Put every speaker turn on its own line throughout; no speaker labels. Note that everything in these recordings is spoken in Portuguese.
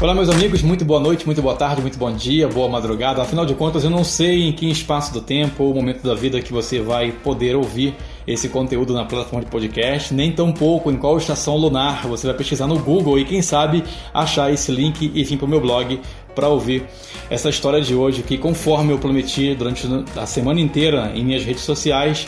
Olá, meus amigos, muito boa noite, muito boa tarde, muito bom dia, boa madrugada. Afinal de contas, eu não sei em que espaço do tempo ou momento da vida que você vai poder ouvir esse conteúdo na plataforma de podcast, nem tampouco em qual estação lunar você vai pesquisar no Google e, quem sabe, achar esse link e vir para o meu blog para ouvir essa história de hoje, que, conforme eu prometi durante a semana inteira em minhas redes sociais,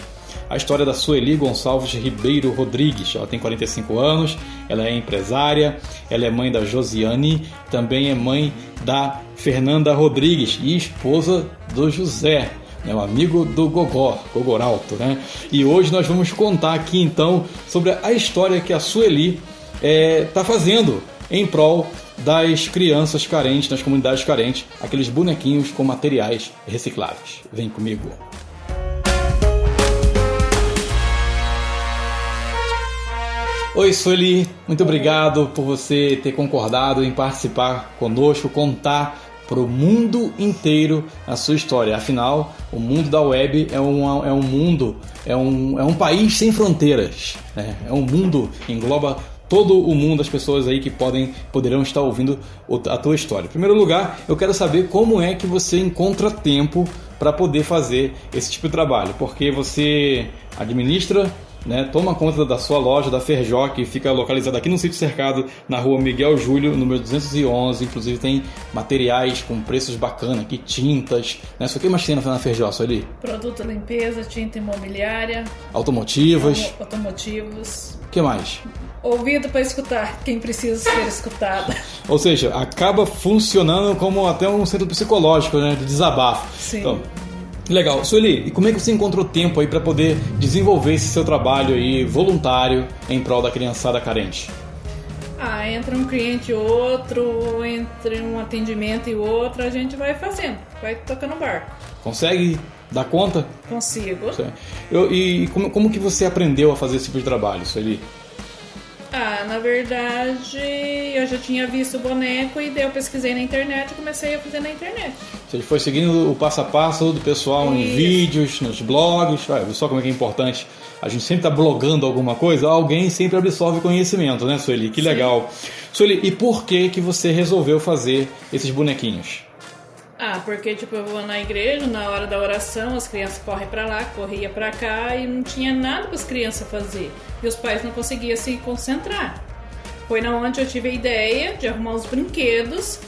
a história da Sueli Gonçalves Ribeiro Rodrigues. Ela tem 45 anos, ela é empresária, ela é mãe da Josiane, também é mãe da Fernanda Rodrigues e esposa do José. É né, um amigo do Gogó, Gogoralto, né? E hoje nós vamos contar aqui então sobre a história que a Sueli está é, fazendo em prol das crianças carentes, das comunidades carentes, aqueles bonequinhos com materiais recicláveis. Vem comigo! Oi, Sueli, muito obrigado por você ter concordado em participar conosco, contar para o mundo inteiro a sua história. Afinal, o mundo da web é um, é um mundo, é um, é um país sem fronteiras. Né? É um mundo, engloba todo o mundo, as pessoas aí que podem poderão estar ouvindo a tua história. Em primeiro lugar, eu quero saber como é que você encontra tempo para poder fazer esse tipo de trabalho, porque você administra né, toma conta da sua loja, da Ferjó, que fica localizada aqui no sítio cercado, na rua Miguel Júlio, número 211. Inclusive tem materiais com preços bacanas aqui, tintas. Né? Só que mais tem na Ferjó, só ali?
Produto limpeza, tinta imobiliária.
Automotivas.
Automotivos.
O que mais?
Ouvido para escutar quem precisa ser escutado.
Ou seja, acaba funcionando como até um centro psicológico, né? De desabafo.
Sim.
Então, Legal. Sueli, e como é que você encontrou tempo aí para poder desenvolver esse seu trabalho aí voluntário em prol da criançada carente?
Ah, entre um cliente e outro, entre um atendimento e outro, a gente vai fazendo, vai tocando barco.
Consegue dar conta?
Consigo.
Eu, e como, como que você aprendeu a fazer esse tipo de trabalho, Sueli?
Ah, na verdade, eu já tinha visto o boneco e daí eu pesquisei na internet e comecei a fazer na internet.
Você foi seguindo o passo a passo do pessoal em
Isso.
vídeos, nos blogs, olha, só como é que é importante. A gente sempre está blogando alguma coisa, alguém sempre absorve conhecimento, né, Sueli? Que
Sim.
legal. Sueli, e por que que você resolveu fazer esses bonequinhos?
Ah, porque tipo, eu vou na igreja, na hora da oração, as crianças correm pra lá, corria pra cá e não tinha nada para as crianças fazer. E os pais não conseguiam se concentrar. Foi na onde eu tive a ideia de arrumar os brinquedos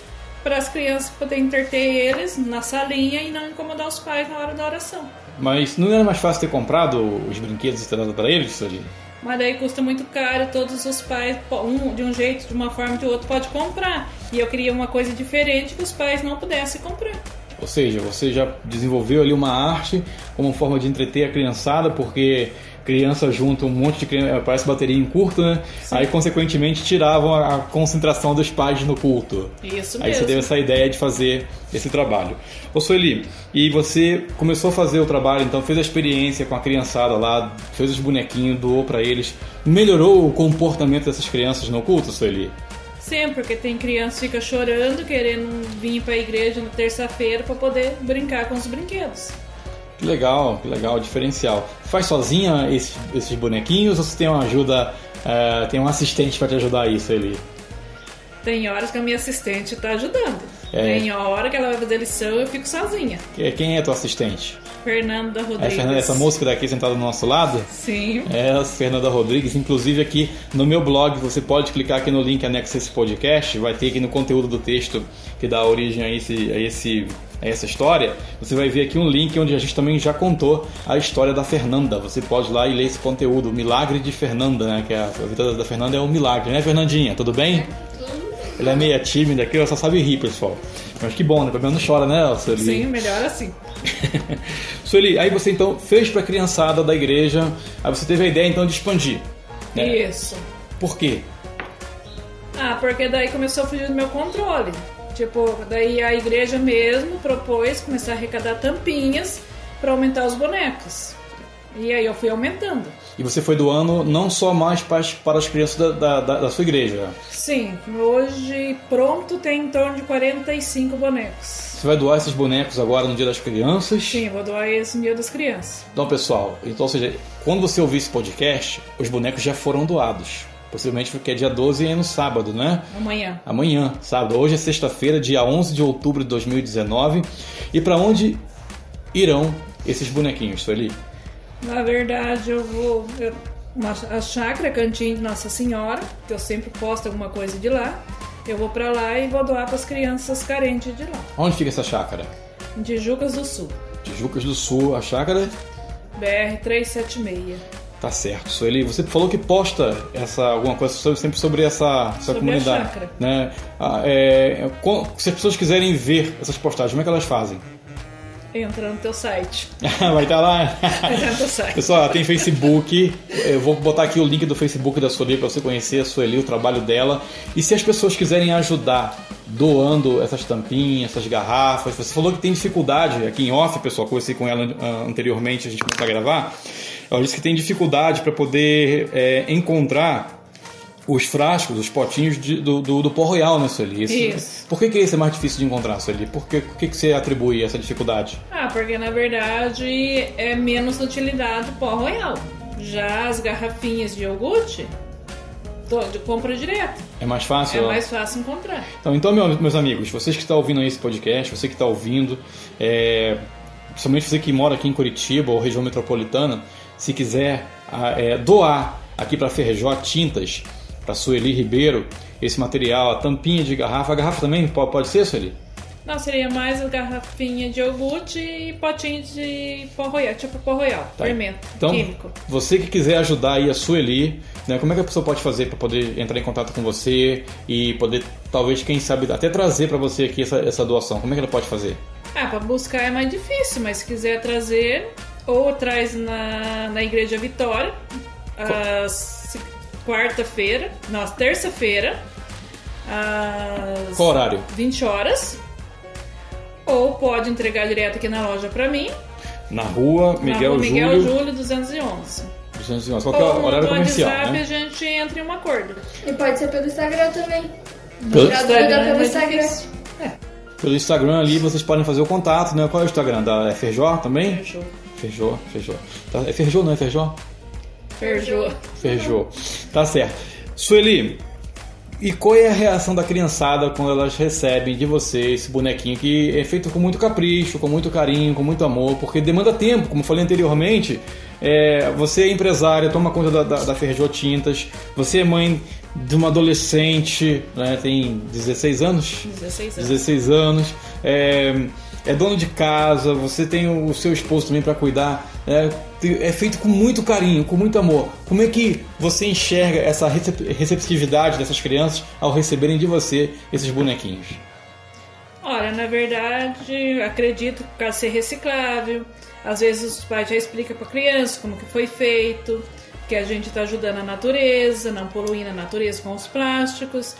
para as crianças poderem entreter eles na salinha e não incomodar os pais na hora da oração.
Mas não era mais fácil ter comprado os brinquedos e tratado para eles, Sueli?
Mas daí custa muito caro, todos os pais, po- um de um jeito, de uma forma, de outro, pode comprar. E eu queria uma coisa diferente que os pais não pudessem comprar.
Ou seja, você já desenvolveu ali uma arte como forma de entreter a criançada, porque criança junta um monte de criança, parece bateria em curto, né? Aí, consequentemente, tiravam a a concentração dos pais no culto.
Isso
Aí você
mesmo.
teve essa ideia de fazer esse trabalho. Ô Sueli, e você começou a fazer o trabalho, então fez a experiência com a criançada lá, fez os bonequinhos, doou pra eles. Melhorou o comportamento dessas crianças no culto, Sueli?
Sempre, porque tem criança que fica chorando, querendo vir pra igreja na terça-feira pra poder brincar com os brinquedos.
Que legal, que legal, diferencial. Você faz sozinha esses, esses bonequinhos ou você tem uma ajuda, eh, tem um assistente pra te ajudar isso ali?
Tem horas que a minha assistente tá ajudando.
É.
Tem hora que ela vai fazer lição e eu fico sozinha.
Que- Quem é tua assistente?
Fernanda
É,
Rodrigues.
Fernanda, essa moça que tá aqui sentada do nosso lado?
Sim.
É, a Fernanda Rodrigues, inclusive aqui no meu blog, você pode clicar aqui no link anexo a esse podcast, vai ter aqui no conteúdo do texto que dá origem a, esse, a, esse, a essa história, você vai ver aqui um link onde a gente também já contou a história da Fernanda, você pode ir lá e ler esse conteúdo, o milagre de Fernanda, né, que a, a vida da Fernanda é um milagre, né Fernandinha, tudo bem? Ela é meia tímida aqui, ela só sabe rir, pessoal. Mas que bom, né? Pelo menos não chora, né, Sueli?
Sim, melhor assim.
Sueli, aí você então fez pra criançada da igreja, aí você teve a ideia então de expandir. né?
Isso.
Por quê?
Ah, porque daí começou a fugir do meu controle. Tipo, daí a igreja mesmo propôs começar a arrecadar tampinhas pra aumentar os bonecos. E aí eu fui aumentando.
E você foi doando não só mais para as, para as crianças da, da- da- da sua igreja.
Sim, hoje pronto tem em torno de 45 bonecos.
Você vai doar esses bonecos agora no Dia das Crianças.
Sim, eu vou doar esse no dia das crianças.
Então, pessoal, então, ou seja, quando você ouvir esse podcast, os bonecos já foram doados. Possivelmente porque é dia 12 e é no sábado, né?
Amanhã.
Amanhã, sábado. Hoje é sexta-feira, dia 11 de outubro de 2019. E para onde irão esses bonequinhos, Sueli?
Na verdade, eu vou. Eu, uma, a chácara Cantinho de Nossa Senhora, que eu sempre posto alguma coisa de lá. Eu vou pra lá e vou doar pras crianças carentes de lá.
Onde fica essa chácara?
De Jucas do Sul,
Tijucas do Sul, a chácara?
BR 376.
Tá certo, Sueli. Você falou que posta essa alguma coisa sobre- sempre sobre essa, essa
Sobre a
comunidade.
chácara.
né? Ah, é, co- se as pessoas quiserem ver essas postagens, como é que elas fazem?
Entra no teu site.
Vai estar lá.
Entra no teu site.
Pessoal, tem Facebook. Eu vou botar aqui o link do Facebook da Sueli para você conhecer a Sueli, o trabalho dela. E se as pessoas quiserem ajudar doando essas tampinhas, essas garrafas, você falou que tem dificuldade aqui em off, pessoal. Conversei com ela ah, anteriormente, a gente começou a gravar. Ela disse que tem dificuldade para poder eh, encontrar os frascos, os potinhos de- do, do, do pó royal, né, Sueli?
Isso.
Por que, que esse é mais difícil de encontrar, Sueli? Por que, por que, que você atribui essa dificuldade?
Ah, porque na verdade é menos utilidade o pó royal. Já as garrafinhas de iogurte, tô, de compra direto.
É mais fácil?
É
ela-
mais fácil encontrar.
Então, então, meu- meus amigos, vocês que estão ouvindo aí esse podcast, você que está ouvindo, é, principalmente você que mora aqui em Curitiba ou região metropolitana, se quiser a- é, doar aqui para Ferrejó Tintas, para Sueli Ribeiro, esse material, a tampinha de garrafa, a garrafa também po- pode ser, Sueli?
Não, seria mais a garrafinha de iogurte e potinho de pó royal, tipo pó royal,
Tá.
fermento,
Então,
químico.
você que quiser ajudar aí a Sueli, né, como é que a pessoa pode fazer para poder entrar em contato com você e poder, talvez, quem sabe, até trazer para você aqui essa, essa doação? Como é que ela pode fazer?
Ah, pra buscar é mais difícil, mas se quiser trazer, ou traz na, na Igreja Vitória, às quarta-feira, não, às terça-feira, às
Qual horário?
20 horas. Ou pode entregar direto aqui na loja pra mim,
Na rua,
na
Miguel,
rua Miguel
Júlio.
Júlio 211.
Só que é
ou
horário
no
comercial,
WhatsApp a
né?
gente entra em um acordo.
E pode ser pelo Instagram também.
Pelo,
Pra divulgar pelo
mais
Instagram.
difícil.
pelo Instagram ali vocês podem fazer o contato, né? Qual é o Instagram? Da é Ferjó também?
Fechou.
Ferjó, Ferjó. Tá, é Ferjó, não é Ferjó?
Fechou.
Ferjô. Tá certo. Sueli, e qual é a reação da criançada quando elas recebem de você esse bonequinho que é feito com muito capricho, com muito carinho, com muito amor, porque demanda tempo, como eu falei anteriormente. é, você é empresária, toma conta da, da, da Ferjô Tintas, você é mãe de uma adolescente, né, tem 16 anos?
16 anos.
16 anos, é, é dono de casa, você tem o seu esposo também para cuidar, é, te- é feito com muito carinho, com muito amor. Como é que você enxerga essa recep- receptividade dessas crianças ao receberem de você esses bonequinhos?
Olha, na verdade, acredito que para ser reciclável, às vezes os pais já explicam para criança como que foi feito, que a gente está ajudando a natureza, não poluindo a natureza com os plásticos.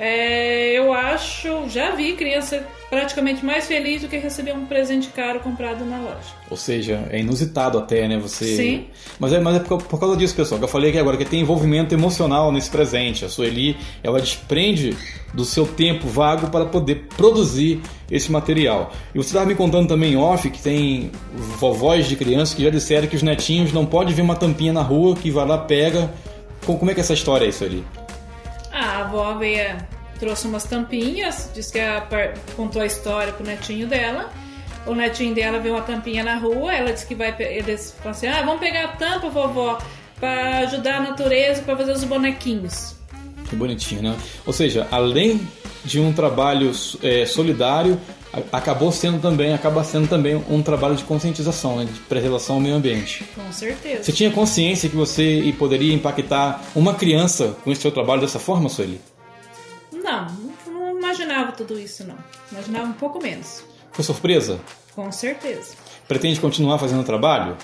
É, eu acho, já vi criança praticamente mais feliz do que receber um presente caro comprado na loja.
Ou seja, é inusitado até, né? Você.
Sim.
Mas é, mas é por, por causa disso, pessoal, que eu falei aqui agora, que tem envolvimento emocional nesse presente. A Sueli, ela desprende do seu tempo vago para poder produzir esse material. E você estava me contando também, em off, que tem vovós de crianças que já disseram que os netinhos não podem ver uma tampinha na rua, que vai lá, pega. Co- Como é que é essa história aí, Sueli?
Ah, a avó veio, trouxe umas tampinhas, disse que a par- contou a história pro netinho dela. O netinho dela viu uma tampinha na rua, ela disse que vai. pe- Eles falam assim: ah, vamos pegar a tampa, vovó, pra ajudar a natureza, pra fazer os bonequinhos.
Que bonitinho, né? Ou seja, além de um trabalho eh, solidário, a- acabou sendo também, acaba sendo também um trabalho de conscientização, né? de preservação ao meio ambiente.
Com certeza.
Você tinha consciência que você e poderia impactar uma criança com esse seu trabalho dessa forma, Sueli?
Não, não imaginava tudo isso, não. Imaginava um pouco menos.
Foi surpresa?
Com certeza.
Pretende continuar fazendo o trabalho?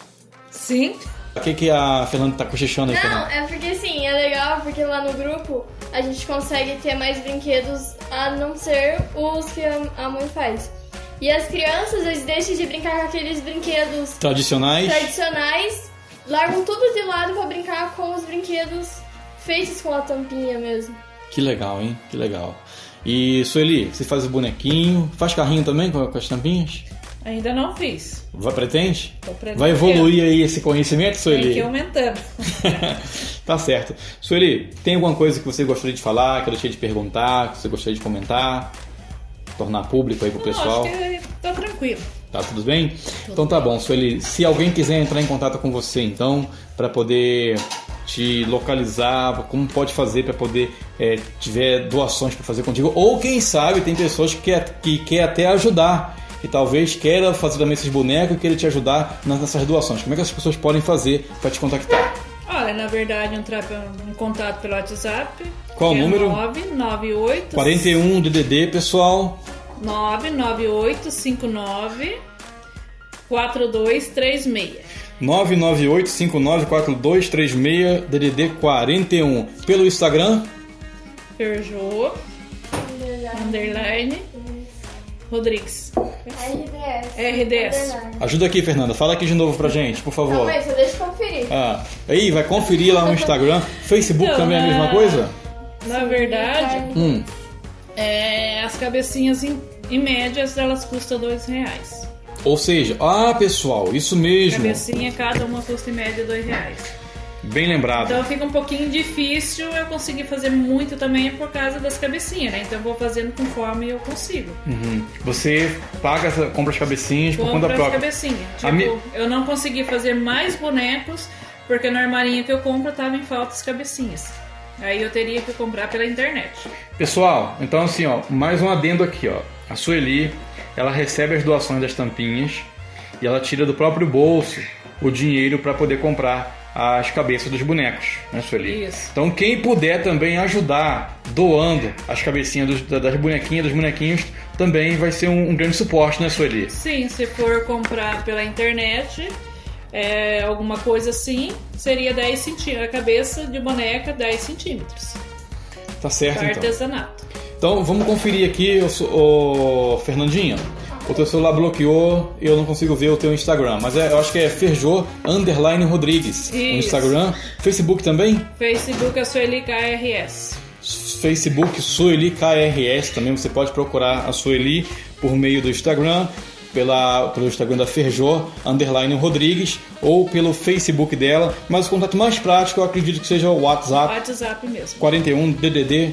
Sim.
O que, que a Fernanda tá cochichando aí,
Não,
Fernanda?
é porque assim, é legal porque lá no grupo a gente consegue ter mais brinquedos a não ser os que a a mãe faz. E as crianças, eles deixam de brincar com aqueles brinquedos
Tradicionais?
tradicionais, largam tudo de lado pra brincar com os brinquedos feitos com a tampinha mesmo.
Que legal, hein? Que legal. E Sueli, você faz o bonequinho, faz carrinho também com, com as tampinhas?
Ainda não fiz.
Vai, pretende?
Tô aprendendo.
Vai evoluir aí esse conhecimento,
Tem que
Sueli?
ir aumentando.
tá certo. Sueli, tem alguma coisa que você gostaria de falar, que eu deixei de perguntar, que você gostaria de comentar? Tornar público aí pro pessoal?
Não, acho que tá tranquilo.
Tá tudo bem? Então tá bom, Sueli. Se alguém quiser entrar em contato com você, então, para poder te localizar, como pode fazer para poder é, tiver doações para fazer contigo, ou quem sabe tem pessoas que quer, que quer até ajudar, que talvez queira fazer também esses bonecos e queira te ajudar nas- nessas doações. Como é que essas pessoas podem fazer para te contactar?
Olha, na verdade, um, tra- um contato pelo WhatsApp.
Qual
que
o número?
É 998
41 DDD, pessoal.
99859 4236.
998594236 DDD 41 pelo Instagram.
Peugeot, underline, Rodrigues.
RDS.
É RDS.
Ajuda aqui, Fernanda. Fala aqui de novo pra gente, por favor.
Calma aí, só deixa eu conferir.
Ah, aí vai conferir lá no Instagram. Facebook
Então,
também é a
na-
mesma coisa?
Na verdade,
Hum,
é, as cabecinhas em, em médias elas custam dois reais.
Ou seja, ah, pessoal, isso mesmo.
Cabecinha cada uma custa em média dois reais.
Bem lembrado.
Então fica um pouquinho difícil eu conseguir fazer muito também por causa das cabecinhas, né? Então eu vou fazendo conforme eu consigo.
Uhum. Você paga, essa- compra as cabecinhas por
Compro
conta
as
própria.
cabecinhas.
A
Tipo,
mi-
eu não consegui fazer mais bonecos porque na armarinha que eu compro tava em falta as cabecinhas. Aí eu teria que comprar pela internet.
Pessoal, então assim, ó, mais um adendo aqui, ó. A Sueli, ela recebe as doações das tampinhas e ela tira do próprio bolso o dinheiro para poder comprar as cabeças dos bonecos, né, Sueli?
Isso.
Então quem puder também ajudar doando as cabecinhas dos- da- das bonequinhas, dos bonequinhos, também vai ser um, um grande suporte, né, Sueli?
Sim, se for comprar pela internet, é, alguma coisa assim, seria 10 centímetros. A cabeça de boneca, 10 centímetros.
Tá certo,
Para
então.
artesanato.
Então vamos conferir aqui, o, Fernandinha. O teu celular bloqueou, eu não consigo ver o teu Instagram. Mas é- eu acho que é Ferjô Underline Rodrigues. O
Isso.
Instagram. Facebook também?
Facebook é Sueli KRS.
Facebook Sueli KRS também você pode procurar a Sueli por meio do Instagram pela, pelo Instagram da Ferjô underline Rodrigues ou pelo Facebook dela mas o contato mais prático eu acredito que seja o WhatsApp
WhatsApp mesmo.
41 DDD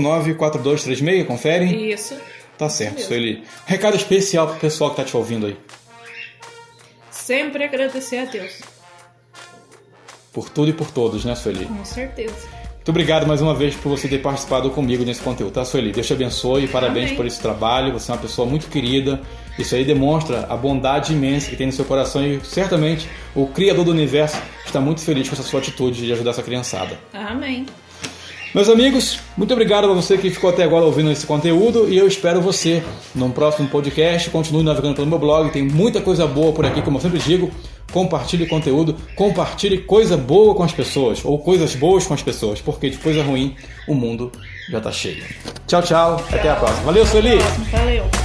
998594236 confere
Isso.
tá certo
mesmo.
Sueli recado especial pro pessoal que tá te ouvindo aí
Sempre agradecer a Deus.
por tudo e por todos né Sueli
Com certeza.
Muito obrigado mais uma vez por você ter participado comigo nesse conteúdo, tá, Sueli? Deus te abençoe, parabéns
Amém.
por esse trabalho, você é uma pessoa muito querida. Isso aí demonstra a bondade imensa que tem no seu coração e certamente o Criador do Universo está muito feliz com essa sua atitude de ajudar essa criançada.
Amém.
Meus amigos, muito obrigado a você que ficou até agora ouvindo esse conteúdo e eu espero você num próximo podcast. Continue navegando pelo meu blog, tem muita coisa boa por aqui, como eu sempre digo. Compartilhe conteúdo, compartilhe coisa boa com as pessoas, ou coisas boas com as pessoas, porque de coisa ruim o mundo já tá cheio. Tchau, tchau, até a próxima. Valeu, Sueli!
Próximo, valeu.